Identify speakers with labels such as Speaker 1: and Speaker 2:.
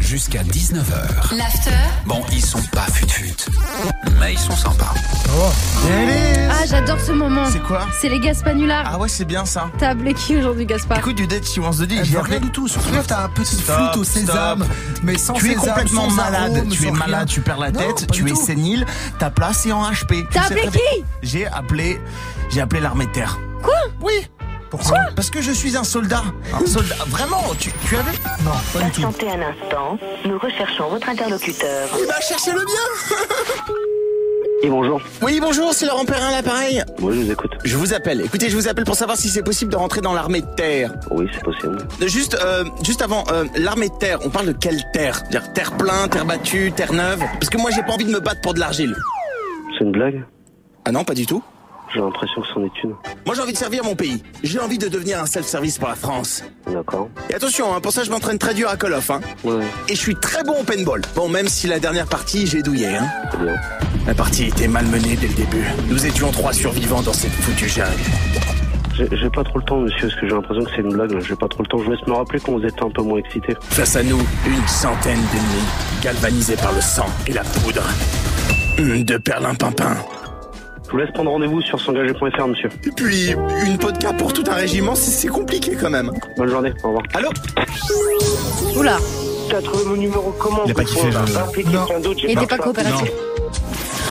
Speaker 1: jusqu'à 19h.
Speaker 2: L'after
Speaker 1: Bon, ils sont pas fut-fut, mais ils sont sympas.
Speaker 3: Ah, j'adore ce moment.
Speaker 4: C'est quoi
Speaker 3: C'est les Gaspanulars.
Speaker 4: Ah ouais, c'est bien ça.
Speaker 3: T'as appelé qui aujourd'hui, Gaspard
Speaker 4: Écoute du Dead She Wants the D.
Speaker 5: Je vois rien du tout. Surtout que t'as un petit
Speaker 4: Stop,
Speaker 5: flûte au
Speaker 4: stop.
Speaker 5: sésame. Mais sans
Speaker 4: Tu es
Speaker 5: sésame,
Speaker 4: complètement
Speaker 5: sans
Speaker 4: malade,
Speaker 5: arôme,
Speaker 4: tu es
Speaker 5: sans rien.
Speaker 4: malade, tu perds la
Speaker 5: Non,
Speaker 4: tête,
Speaker 5: pas
Speaker 4: tu
Speaker 5: du
Speaker 4: es
Speaker 5: tout.
Speaker 4: sénile, ta place est en HP.
Speaker 3: T'as
Speaker 4: Tu sais
Speaker 3: appelé
Speaker 4: très bien.
Speaker 3: qui
Speaker 4: J'ai appelé, j'ai appelé l'armée de terre. Quoi Oui. Pourquoi Parce que je suis un soldat. Un soldat. Vraiment, tu, tu as vu
Speaker 5: Non, pas du tout.
Speaker 6: Patientez un instant, nous recherchons votre interlocuteur.
Speaker 4: Il va chercher le bien
Speaker 7: Et bonjour.
Speaker 4: Oui, bonjour, c'est Laurent Perrin, l'appareil.
Speaker 7: Moi, je vous écoute.
Speaker 4: Je vous appelle. Écoutez, je vous appelle pour savoir si c'est possible de rentrer dans l'armée de terre.
Speaker 7: Oui, c'est possible.
Speaker 4: Juste, euh, juste avant, euh, l'armée de terre, on parle de quelle terre C'est-à-dire Terre plein, terre battue, terre neuve Parce que moi, j'ai pas envie de me battre pour de l'argile.
Speaker 7: C'est une blague
Speaker 4: Ah non, pas du tout
Speaker 7: J'ai l'impression que c'en est une.
Speaker 4: Moi, j'ai envie de servir mon pays. J'ai envie de devenir un self-service pour la France.
Speaker 7: D'accord.
Speaker 4: Et attention, hein, pour ça, je m'entraîne très dur à Call of. Hein.
Speaker 7: Ouais,
Speaker 4: Et je suis très bon au paintball. Bon, même si la dernière partie, j'ai douillé. Hein.
Speaker 7: c'est bien.
Speaker 4: La partie était malmenée dès le début. Nous étions trois survivants dans cette foutue jungle.
Speaker 7: J'ai j'ai pas trop le temps, monsieur, parce que j'ai l'impression que c'est une blague. là. J'ai pas trop le temps. Je vous laisse me rappeler quand vous êtes un peu moins excité.
Speaker 4: Face à nous, une centaine d'ennemis, galvanisés par le sang et la poudre. Hum, De perlimpinpin.
Speaker 7: Je vous laisse prendre rendez-vous sur s'engager.fr, monsieur.
Speaker 4: Et puis, une podcast pour tout un régiment, c'est- c'est compliqué quand même.
Speaker 7: Bonne journée. Au revoir.
Speaker 4: Allô
Speaker 3: Oula,
Speaker 7: T'as trouvé mon numéro comment
Speaker 8: Il a pas kiffé, Jean-Jean.
Speaker 3: il était pas coopératif.